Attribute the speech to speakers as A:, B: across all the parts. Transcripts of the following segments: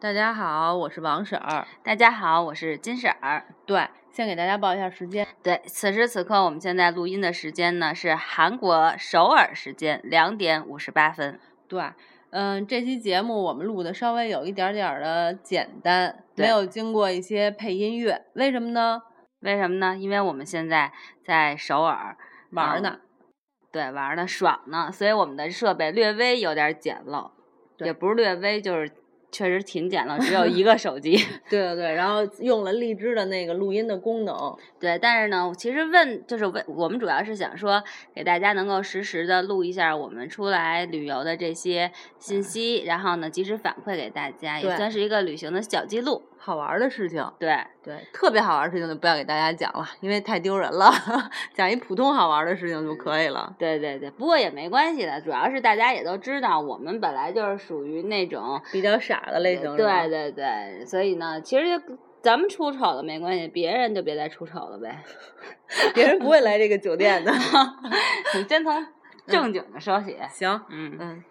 A: 大家好，我是王婶儿。
B: 大家好，我是金婶儿。
A: 对，先给大家报一下时间。
B: 对，此时此刻我们现在录音的时间呢是韩国首尔时间两点五十八分。
A: 对，嗯，这期节目我们录的稍微有一点点儿的简单，
B: 对
A: 没有经过一些配音乐，为什么呢？
B: 为什么呢？因为我们现在在首尔嗯
A: 玩儿呢。
B: 对玩呢爽呢，所以我们的设备略微有点简陋，
A: 对
B: 也不是略微，就是确实挺简 陋，只有一个手机。
A: 对对对，然后用了荔枝的那个录音的功能。
B: 对，但是呢，其实问就是问我们主要是想说，给大家能够实时的录一下我们出来旅游的这些信息，然后呢，及时反馈给大家，也
A: 对
B: 算是一个旅行的小记录。
A: 好玩儿的事情，
B: 对，
A: 对，特别好玩儿的事情就不要给大家讲了，因为太丢人了。 讲一普通好玩儿的事情就可以了。
B: 对对对，不过也没关系的，主要是大家也都知道，我们本来就是属于那种，
A: 比较傻的类型，是吧
B: 对对对，所以呢，其实就咱们出丑了没关系，别人就别再出丑了呗。
A: 别人不会来这个酒店 的。
B: 你先从正经的说起，
A: 行，
B: 嗯，
A: 嗯，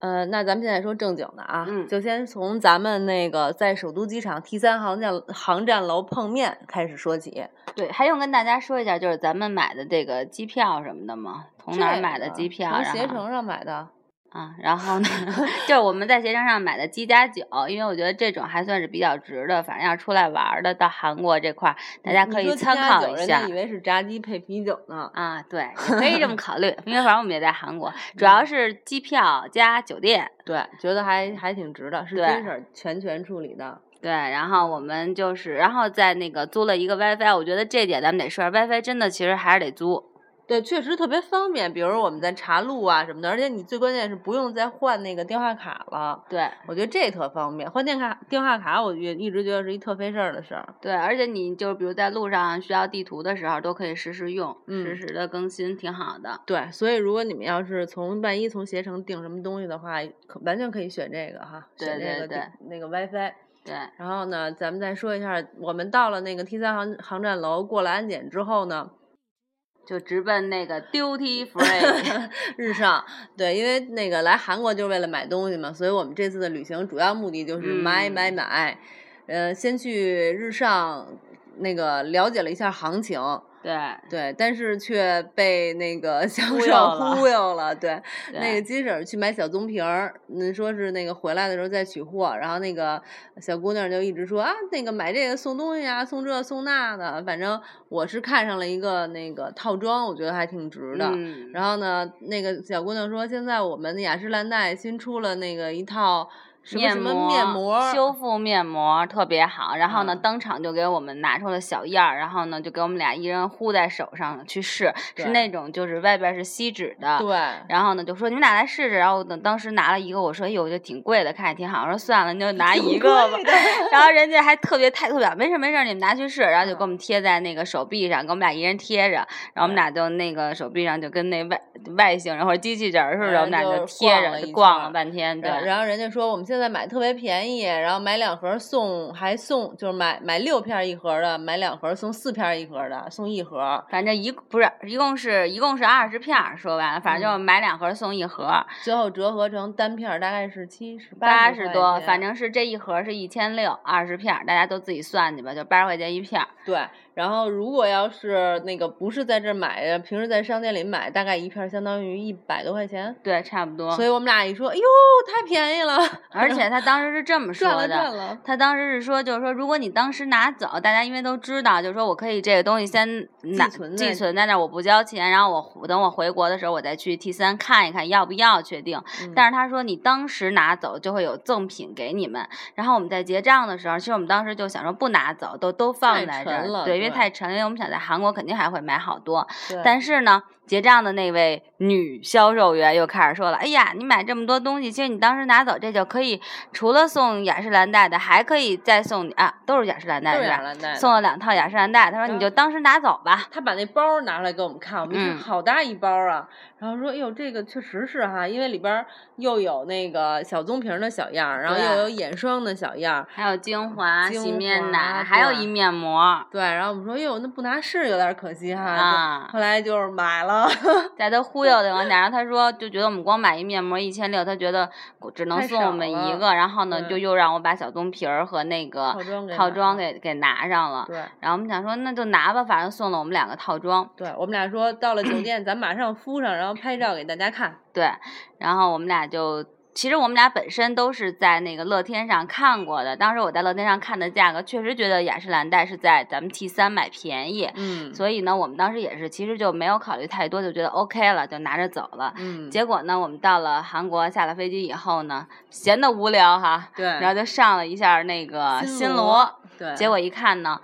A: 呃，那咱们现在说正经的啊，
B: 嗯
A: 就先从咱们那个在首都机场 T 三航站航站楼碰面开始说起。
B: 对，还用跟大家说一下，就是咱们买的这个机票什么的吗？从哪儿
A: 这
B: 买的
A: 个
B: 机票？
A: 从
B: 然
A: 携
B: 后
A: 程上买的。
B: 啊，然后呢， 就是我们在携程上买的机加酒，因为我觉得这种还算是比较值的，反正要出来玩儿的，到韩国这块儿，大家
A: 你
B: 可以
A: 说七
B: 参
A: 加
B: 考
A: 九
B: 一
A: 人家
B: 下
A: 以。为是炸鸡配啤酒呢。
B: 啊， 对，也可以这么考虑，因为反正我们也在韩国，主要是机票加酒店，
A: 对，觉得还还挺值的，是金
B: 对
A: 婶儿全权处理的。
B: 对，然后我们就是，然后在那个租了一个 WiFi，我觉得这点咱们得说，WiFi 真的其实还是得租，
A: 对，确实特别方便，比如我们在查路啊什么的，而且你最关键是不用再换那个电话卡了，
B: 对，
A: 我觉得这特方便。换电卡电话卡，我也一直觉得是一特费事儿的事儿。
B: 对，而且你就是比如在路上需要地图的时候，都可以实时用，实
A: 嗯
B: 时的更新，挺好的。
A: 对，所以如果你们要是从万一从携程订什么东西的话，可完全可以选这个哈，选
B: 对
A: 这个
B: 对
A: 地那个 WiFi。
B: 对，
A: 然后呢，咱们再说一下，我们到了那个 T 三航航站楼，过了安检之后呢，
B: 就直奔那 个 duty free。
A: 日上对，因为那个来韩国就是为了买东西嘛，所以我们这次的旅行主要目的就是买
B: 嗯
A: 买买。呃，先去日上那个了解了一下行情，
B: 对，
A: 对，但是却被那个 销
B: 忽悠
A: 售
B: 了
A: 忽悠了，对。
B: 对
A: 那个金婶儿去买小棕瓶儿，嗯，说是那个回来的时候再取货，然后那个小姑娘就一直说啊，那个买这个送东西啊，送这送那的，反正我是看上了一个那个套装，我觉得还挺值的。
B: 嗯
A: 然后呢，那个小姑娘说，现在我们雅诗兰黛新出了那个一套什么
B: 面
A: 什
B: 膜
A: 么面膜儿，
B: 修复面膜特别好，然后呢，
A: 嗯
B: 当场就给我们拿出了小样儿，然后呢，就给我们俩一人糊在手上去试，
A: 对
B: 是那种就是外边是锡纸的，
A: 对，
B: 然后呢，就说你们俩来试试。然后等当时拿了一个，我说哎呦，这挺贵的，看着挺好。我说算 了，你就拿一个吧。然后人家还特别态度表，没事没事，你们拿去试。然后就给
A: 嗯
B: 我们贴在那个手臂上，给我们俩一人贴着。然后我们俩就那个手臂上就跟那外外星人或者机器人儿似的，我们俩
A: 然后哎就
B: 就贴
A: 逛了
B: 着
A: 一
B: 逛
A: 圈儿
B: 了半天。对
A: 然然后人家说我们现在买特别便宜，然后买两盒送还送，就是买买六片儿一盒的，买两盒送四片儿一盒的，送一盒，
B: 反正一不是，一共是一共是二十片儿，说完了，反正
A: 嗯
B: 就是买两盒儿送一盒儿，
A: 最后折合成单片儿大概是七十
B: 八
A: 十
B: 十多，反正是这一盒儿是一千六，二十片儿，大家都自己算去吧，就八十块钱一片儿。
A: 对。然后如果要是那个不是在这儿买的，平时在商店里买，大概一片儿相当于一百多块钱。
B: 对，差不多。
A: 所以我们俩一说，哎呦，太便宜了，
B: 而且他当时是这么
A: 赚
B: 说
A: 了
B: 的，
A: 赚了。
B: 他当时是说，就是说，如果你当时拿走，大家因为都知道，就是说我可以这个东西先拿
A: 存在
B: 寄存在那儿，我不交钱，然后我回等我回国的时候，我再去 T 三看一看要不要确定。但
A: 是
B: 是他说你当时拿走就会有赠品给你们，然后我们在结账的时候，其实我们当时就想说不拿走，都都
A: 太
B: 放在这
A: 沉了
B: 儿，对，因为
A: 对
B: 太沉，因为我们想在韩国肯定还会买好多，
A: 但
B: 但是呢，结账的那位女销售员又开始说了：“哎呀，你买这么多东西，其实你当时拿走这就可以，除了送雅诗兰黛的，还可以再送你啊，都是雅诗兰黛
A: 都是
B: 是
A: 雅诗
B: 吧？
A: 兰黛的
B: 送了两套雅诗兰黛。”他说：“
A: 嗯
B: 你就当时拿走吧。
A: 他把那包儿拿出来给我们看，我们一看
B: 嗯
A: 好大一包儿啊，然后说，哎呦，这个确实是哈，因为里边儿又有那个小棕瓶儿的小样儿，然后
B: 对
A: 又有眼霜的小样儿，”
B: 还有精华、洗
A: 精华
B: 面奶，还有
A: 对
B: 一面膜。
A: 对，然后我们说，哎呦，那不拿试有点儿可惜哈，
B: 啊
A: 就后来就是买了，啊，
B: 在他忽悠的情况下，然后他说就觉得我们光买一面膜一千六，他觉得只能
A: 太
B: 送
A: 少
B: 我们一
A: 了
B: 个，然后呢
A: 嗯
B: 就又让我把小棕瓶儿和那个
A: 套装给
B: 套
A: 拿了
B: 装给给拿上了。
A: 对
B: 然后我们想说那就拿吧，反正送了我们两个套装。
A: 对，我们俩说到了酒店，咱马上敷上，然后拍照给大家看。
B: 对，然后我们俩就，其实我们俩本身都是在那个乐天上看过的。当时我在乐天上看的价格，确实觉得雅诗兰黛是在咱们 T 三买便宜，
A: 嗯
B: 所以呢，我们当时也是其实就没有考虑太多，就觉得 OK 了，就拿着走了。
A: 嗯，
B: 结果呢，我们到了韩国，下了飞机以后呢，闲得无聊哈，
A: 对，
B: 然后就上了一下那个新
A: 罗，
B: 罗，
A: 对，
B: 结果一看呢，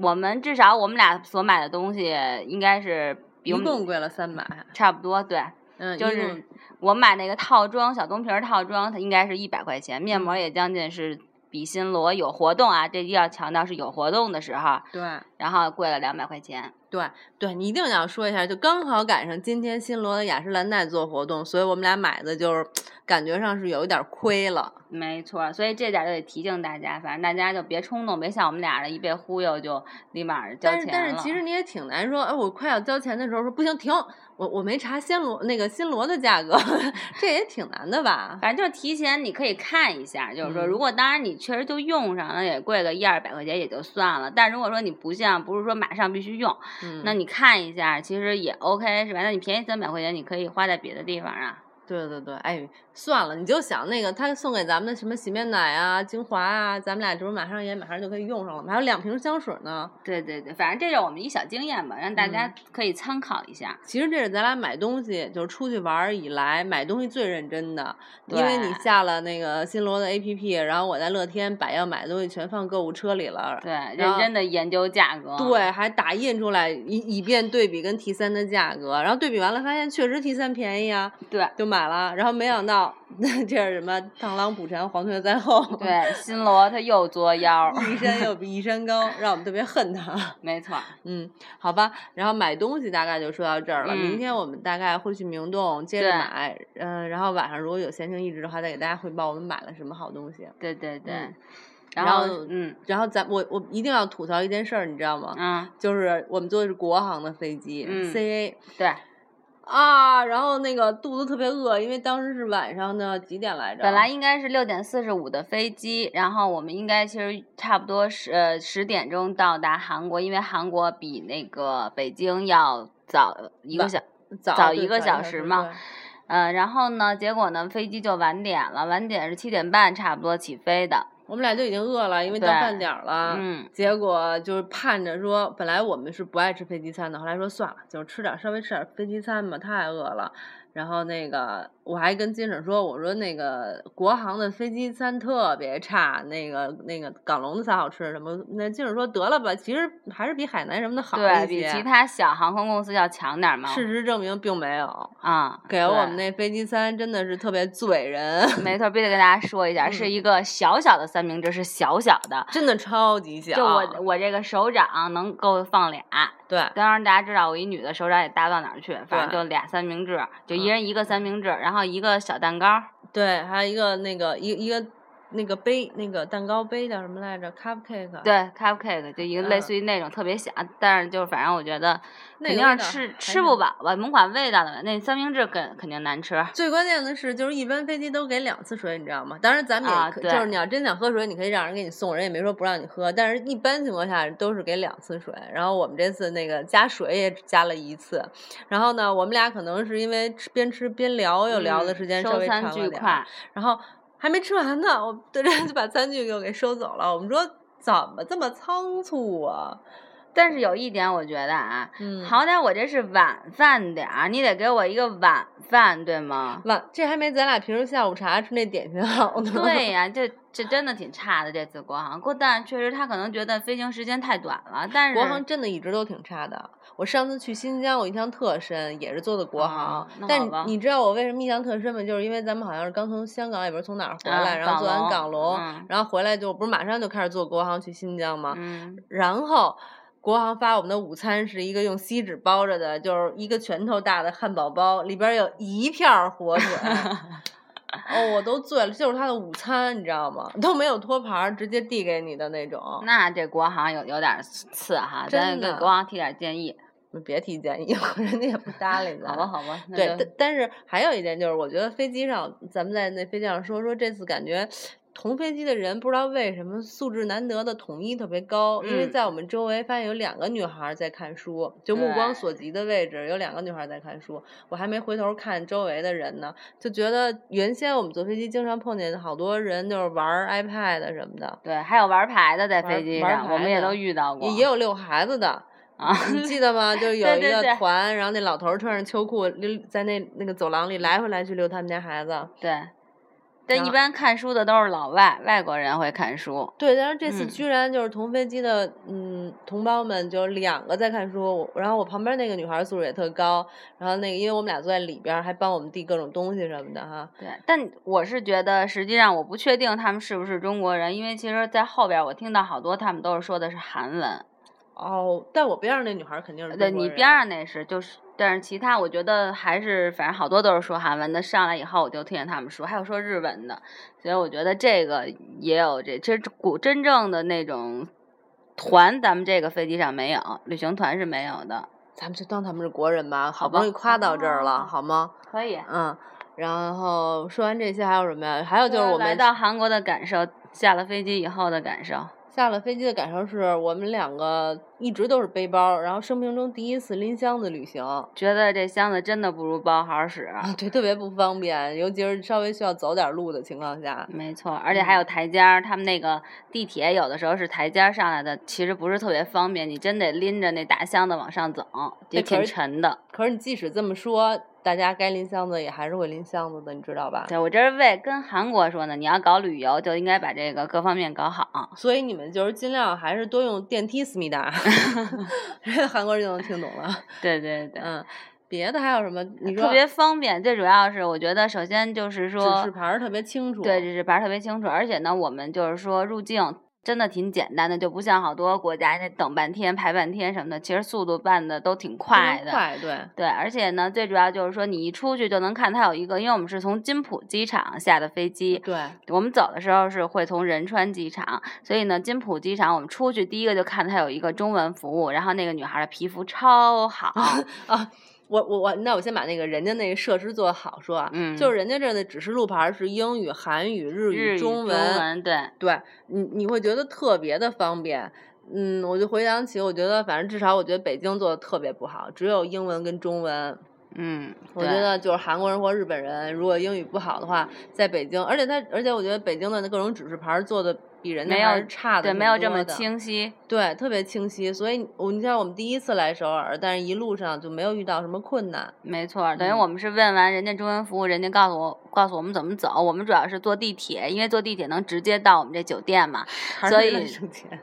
B: 我们至少我们俩所买的东西应该是比
A: 一
B: 我们
A: 共贵了三百，
B: 差不多，对。
A: 嗯，
B: 就
A: 一
B: 是
A: 共
B: 我买那个套装小棕瓶儿套装，它应该是一百块钱，面膜
A: 嗯
B: 也将近是比新罗有活动啊，这一定要强调是有活动的时候，
A: 对。
B: 然后贵了两百块钱。
A: 对对，你一定要说一下，就刚好赶上今天新罗的雅诗兰黛做活动，所以我们俩买的就是感觉上是有一点儿亏了。
B: 没错儿，所以这点儿就得提醒大家，反正大家就别冲动，别像我们俩的一被忽悠就立马儿交
A: 但
B: 钱
A: 是
B: 了。
A: 但是其实你也挺难说，哎，我快要交钱的时候说不行停，我我没查暹罗那个新罗的价格， 这也挺难的吧？
B: 反正就是提前你可以看一下，就是说，
A: 嗯
B: 如果当然你确实就用上，那也贵个一二百块钱也就算了。但如果说你不像，不是说马上必须用，
A: 嗯，
B: 那你看一下，其实也 OK 是吧？那你便宜三百块钱，你可以花在别的地方啊。
A: 对对对，哎，算了，你就想那个他送给咱们的什么洗面奶啊、精华啊，咱们俩这不是马上也马上就可以用上了吗，还有两瓶香水呢。
B: 对对对，反正这是我们一小经验吧，让大家可以参考一下。
A: 其实这是咱俩买东西，就是出去玩儿以来买东西最认真的，因为你
B: 对
A: 下了那个新罗的 APP，然后我在乐天把要买的东西全放购物车里了，
B: 对，
A: 然
B: 认
A: 后
B: 真的研究价格。
A: 对，还打印出来以以便对比跟 T 三的价格，然后对比完了发现确实 T 三便宜啊，
B: 对
A: 就买了，然后没想到 这是什么螳螂捕蝉，黄雀在后，
B: 对，新罗它又作妖，
A: 一山又比一山高，让我们特别恨它。
B: 没错 儿。
A: 嗯，好吧，然后买东西大概就说到这儿了。
B: 嗯
A: 明天我们大概会去明洞接着
B: 对
A: 买，嗯、然后晚上如果有闲情逸致的话，再给大家汇报我们买了什么好东西。
B: 对对对。
A: 嗯
B: 然
A: 然
B: 后
A: 后
B: 嗯
A: 然后咱我我一定要吐槽一件事儿，你知道吗？
B: 嗯，
A: 就是我们坐的是国航的飞机、
B: 嗯
A: CA
B: 对，
A: 啊，然后那个肚子特别饿，因为当时是晚上的几点来着？
B: 本来应该是六点四十五的飞机，然后我们应该其实差不多十呃十点钟到达韩国，因为韩国比那个北京要早一个
A: 晚
B: 小
A: 早
B: 早
A: 对
B: 一个
A: 早
B: 小时嘛。呃，然后呢，结果呢，飞机就晚点了，晚点是七点半差不多起飞的。
A: 对我们俩就已经饿了，因为到
B: 对
A: 饭点儿了。
B: 嗯，
A: 结果就是盼着说，本来我们是不爱吃飞机餐的，后来说算了，就是吃点儿稍微吃点儿飞机餐吧，太饿了。然后那个我还跟金婶说，我说那个国航的飞机餐特别差，那个那个港龙的才好吃什么？那金婶说得了吧，其实还是比海南什么的好
B: 对
A: 一
B: 比
A: 些。啊
B: 其他小航空公司要强点儿嘛。
A: 事实证明并没有，
B: 啊，
A: 给了我
B: 对
A: 们那飞机餐真的是特别醉人，
B: 没错，必须得跟大家说一下，
A: 嗯
B: 是一个小小的三明治，是小小的，
A: 真的超级小。
B: 就我我这个手掌能够放俩。
A: 对
B: 当然，大家知道我一女的手掌也搭不到哪儿去，反正
A: 对
B: 就俩三明治，就
A: 嗯
B: 一人一个三明治，然后一个小蛋糕儿，
A: 对，还有一个那个一一个那个杯，那个蛋糕杯叫什么来着？cupcake。啊
B: 对，cupcake 就一个类
A: 嗯
B: 似于那种特别小，但是就是反正我觉得
A: 那
B: 肯
A: 个
B: 定
A: 味
B: 是
A: 道
B: 吃
A: 还
B: 吃
A: 是
B: 不饱吧，甭管味道了，那三明治肯肯定难吃。
A: 最关键的是，就是一般飞机都给两次水，你知道吗？当然，咱们也
B: 啊
A: 可、
B: 对
A: 就是你要真想喝水，你可以让人给你送，人也没说不让你喝。但是一般情况下都是给两次水，然后我们这次那个加水也只加了一次。然后呢，我们俩可能是因为吃边吃边聊，又聊的
B: 嗯
A: 时间稍
B: 收
A: 微长
B: 餐
A: 了
B: 巨
A: 点
B: 快
A: 儿。，然后还没吃完呢，我对人就把餐具又给收走了。我们说怎么这么仓促啊？
B: 但是有一点我觉得啊，
A: 嗯，？
B: 好歹我这是晚饭点儿，你得给我一个晚饭，对吗
A: 晚这还没咱俩平时下午茶吃那点心好呢。
B: 对呀、这这真的挺差的。这次国航，过但确实他可能觉得飞行时间太短了，但是
A: 国航真的一直都挺差的。我上次去新疆，我印象特深，也是坐的国航。
B: 哦那好吧
A: 但你知道我为什么印象特深吗？就是因为咱们好像是刚从香港，也不是从哪儿回来，
B: 啊
A: 然后坐完
B: 港
A: 港
B: 龙
A: 龙，
B: 嗯
A: 然后回来就不是马上就开始坐国航去新疆吗？
B: 嗯，
A: 然后。国航发我们的午餐是一个用锡纸包着的，就是一个拳头大的汉堡包，里边儿有一片儿火 腿，哦，我都醉了，就是他的午餐，你知道吗？都没有托盘儿，直接递给你的那种。
B: 那这国航有有点儿次哈，咱
A: 真
B: 给
A: 的
B: 国航提点儿建议。啊
A: 别提建议，我人家也不搭理咱。
B: 好吧，好吧，那
A: 对，
B: 就
A: 但但是还有一件就是，我觉得飞机上，咱们在那飞机上说说，这次感觉同飞机的人不知道为什么素质难得的统一特别高，因为
B: 嗯
A: 在我们周围发现有两个女孩儿在看书，就目光
B: 对
A: 所及的位置有两个女孩儿在看书，我还没回头看周围的人呢，就觉得原先我们坐飞机经常碰见好多人就是玩儿 iPad 什么的，
B: 对，还有玩牌的在
A: 玩
B: 飞机
A: 玩
B: 上，我
A: 牌
B: 们也
A: 的
B: 都遇到过，
A: 也也有遛孩子 的。
B: 啊，
A: 你记得吗？就是有
B: 对
A: 一
B: 对
A: 个
B: 对
A: 团，然后那老头儿穿上秋裤溜在那那个走廊里来回来去溜他们家孩子。
B: 对。但
A: 然
B: 一
A: 后
B: 般看书的都是老外，外国人会看书。
A: 对，但是这次
B: 嗯
A: 居然就是同飞机的嗯同胞们，就两个在看书，然后我旁边那个女孩儿素质也特高，然后那个因为我们俩坐在里边儿，还帮我们递各种东西什么的哈。
B: 对，但我是觉得，实际上我不确定他们是不是中国人，因为其实，在后边我听到好多他们都是说的是韩文。
A: 哦，但我边上那女孩儿肯定是
B: 对
A: 中国
B: 呃你
A: 人
B: 边上那是，就是，但是其他我觉得还是，反正好多都是说韩文的。上来以后我就听见他们说，还有说日文的，所以我觉得这个也有这，其实古真正的那种团，咱们这个飞机上没有，旅行团是没有的。
A: 咱们就当他们是国人吧，好
B: 好
A: 不容
B: 吧
A: 易夸到这儿了，
B: 哦
A: 好吗？
B: 可以。
A: 嗯，然后说完这些还有什么呀？还有就是
B: 说
A: 我
B: 啊来
A: 们
B: 到韩国的感受，下了飞机以后的感受。
A: 下了飞机的感受是我们两个一直都是背包，然后生命中第一次拎箱子旅行，
B: 觉得这箱子真的不如包好好使，
A: 啊，对，特别不方便，尤其是稍微需要走点路的情况下。
B: 没错，而
A: 嗯
B: 且还有台阶儿，他们那个地铁有的时候是台阶儿上来的，其实不是特别方便，你真得拎着那大箱子往上走，
A: 对
B: 也
A: 可
B: 挺
A: 是
B: 沉的。
A: 可是你即使这么说，大家该拎箱子也还是会拎箱子的，你知道吧？
B: 对我这是为跟韩国说呢，你要搞旅游就应该把这个各方面搞好。
A: 所以你们就是尽量还是多用电梯思密 达，韩国人就能听懂了。
B: 对对对，
A: 嗯，别的还有什么？你说
B: 特别方便，最主要是我觉得首先就
A: 指
B: 是说
A: 示牌儿特别清楚。
B: 对，指示牌儿特别清楚，而且呢，我们就是说入境真的挺简单的，就不像好多国家那等半天、排半天什么的，其实速度办的都挺
A: 非常
B: 快的。
A: 快，对，
B: 对，而且呢，最主要就是说，你一出去就能看它有一个，因为我们是从金浦机场下的飞机，
A: 对，
B: 我们走的时候是会从仁川机场，所以呢，金浦机场我们出去第一个就看它有一个中文服务，然后那个女孩儿的皮肤超 好，
A: 啊，我我我，那我先把那个人家那个设施做好说啊，
B: 嗯
A: 就是人家这儿的指示路牌儿是英语、韩语、日
B: 日
A: 语、
B: 语、
A: 中
B: 中
A: 文，
B: 对，
A: 对你你会觉得特别的方便。嗯，我就回想起，我觉得反正至少我觉得北京做的特别不好，只有英文跟中文。
B: 嗯，
A: 我觉
B: 对
A: 得就是韩国人或日本人，如果英语不好的话，在北京，而且他而且我觉得北京的那各种指示牌儿做的比人家
B: 没
A: 还
B: 有
A: 是差的
B: 对
A: 挺
B: 没有这
A: 多的
B: 么清晰，
A: 对，特别清晰。所以我你像我们第一次来首尔，但是一路上就没有遇到什么困难。
B: 没错儿，等于
A: 嗯
B: 我们是问完人家中文服务，人家告诉我告诉我们怎么走，我们主要是坐地铁，因为坐地铁能直接到我们这酒店嘛，
A: 还是
B: 所
A: 为了
B: 以
A: 省钱，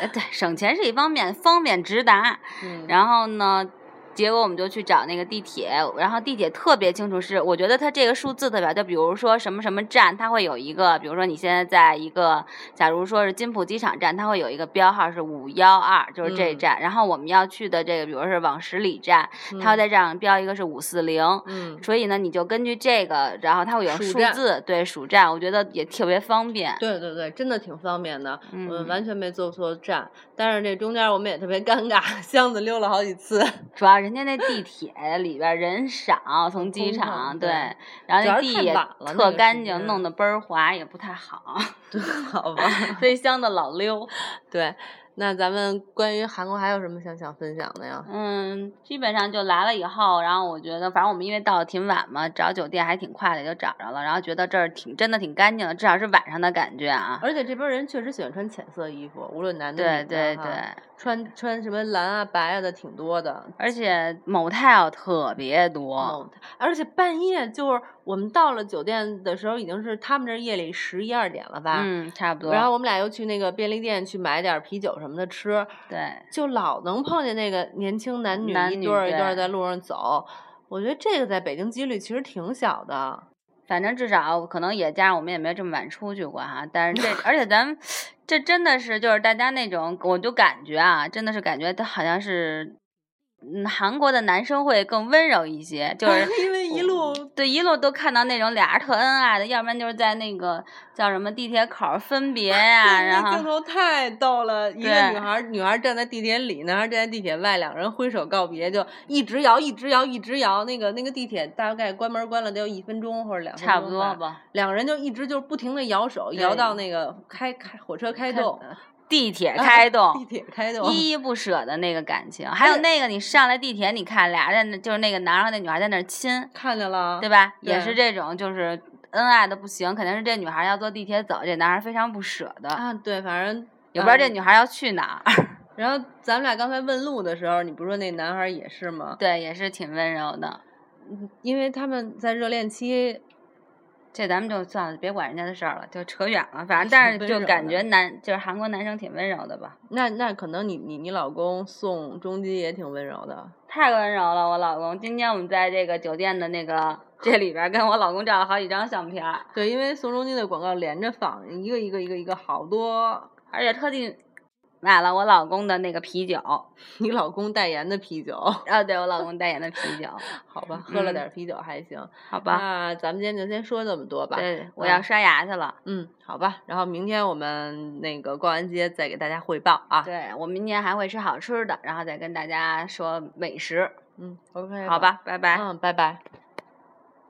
B: 呃，对，省钱是一方面，方便直达。
A: 嗯，
B: 然后呢，结果我们就去找那个地铁，然后地铁特别清楚是，我觉得它这个数字特别好，就比如说什么什么站，它会有一个，比如说你现在在一个，假如说是金浦机场站，它会有一个标号是五幺二，就是这
A: 嗯
B: 站。然后我们要去的这个，比如是往十里站，它
A: 在
B: 会在这上标一个是五四零。
A: 嗯，
B: 所以呢，你就根据这个，然后它会有
A: 数
B: 数
A: 站
B: 字，对数站，我觉得也特别方便。
A: 对对对，真的挺方便的。我们
B: 嗯，
A: 完全没坐错站，但是这中间我们也特别尴尬，箱子溜了好几次，
B: 主要人家那 地铁里边儿人少，从机
A: 空
B: 场
A: 旷
B: 对
A: 对，
B: 然后
A: 主要
B: 那
A: 是
B: 地
A: 太
B: 也
A: 晚了那
B: 特
A: 个时
B: 干净，
A: 间
B: 弄得倍儿滑，也不太 好，
A: 好吧？
B: 所以香的老溜。
A: 对，那咱们关于韩国还有什么想想分享的呀？
B: 嗯，基本上就来了以后，然后我觉得，反正我们因为到的挺晚嘛，找酒店还挺快的就找着了，然后觉得这儿挺真的挺干净的，至少是晚上的感觉啊。
A: 而且这边人确实喜欢穿浅色衣服，无论男的
B: 对
A: 女的
B: 对
A: 哈
B: 对，
A: 穿穿什么蓝啊白啊的挺多的。
B: 而且 motel 特别多，
A: 哦，而且半夜就是我们到了酒店的时候，已经是他们这儿夜里十一二点了吧？
B: 嗯，差不多。
A: 然后我们俩又去那个便利店去买点儿啤酒什么的吃，
B: 对，
A: 就老能碰见那个年轻男女
B: 男
A: 一
B: 女
A: 对儿一对儿
B: 对
A: 在路上走。我觉得这个在北京几率其实挺小 的，
B: 反正至少可能也加上我们也没这么晚出去过哈，但是这而且咱们这真的是就是大家那种，我就感觉啊，真的是感觉他好像是嗯，韩国的男生会更温柔一些，就是
A: 因为一路
B: 对一路都看到那种俩人特恩爱的，要不然就是在那个叫什么地铁口儿分别呀、然
A: 那镜
B: 后
A: 头太逗了，一个
B: 对
A: 女孩儿，女孩儿站在地铁里，男孩儿站在地铁外，两个人挥手告别，就一直摇，一直摇，一直摇。那个那个地铁大概关门关了得有一分钟或者两分钟
B: 差不多
A: 吧。
B: 吧。
A: 两个人就一直就不停的摇手，
B: 对
A: 摇到那个开开火车开动，嗯
B: 地铁
A: 地
B: 开动，
A: 铁开动，哎
B: 依依不舍的那个 感情，还有
A: 对
B: 那个你上来地铁，你看俩人在那就是那个男孩和那女孩在那儿亲，
A: 看见了，
B: 对吧？
A: 对
B: 也是这种就是恩爱的不行，肯定是这女孩要坐地铁走，这男孩非常不舍的，
A: 啊，对，反正
B: 也不知道这
A: 嗯
B: 女孩要去哪儿。
A: 然后咱们俩刚才问路的时候，你不是说那男孩儿也是吗？
B: 对，也是挺温柔的。
A: 嗯因为他们在热恋期，
B: 这咱们就算了，别管人家的事儿了，就扯远了。反正但是
A: 温
B: 就
A: 柔
B: 感
A: 的
B: 觉男就是韩国男生挺温柔的吧，
A: 那那可能你你你老公送中基也挺温柔的，
B: 太温柔了。我老公今天我们在这个酒店的那个这里边儿跟我老公照了好几张相片儿，
A: 对，因为宋仲基的广告连着放，一个一个一个一个好多，
B: 而且特地买了我老公的那个啤酒，
A: 你老公代言的啤酒，
B: 啊，对我老公代言的啤酒，
A: 好吧，喝了
B: 嗯
A: 点啤酒还行。
B: 好吧？
A: 那咱们今天就先说这么多吧。
B: 对，我要
A: 嗯
B: 刷牙去了。
A: 嗯，好吧，然后明天我们那个逛完街再给大家汇报啊。
B: 对我明年还会吃好吃的，然后再跟大家说美食，
A: 嗯，OK，
B: 好，吧？拜拜。
A: 嗯，拜拜。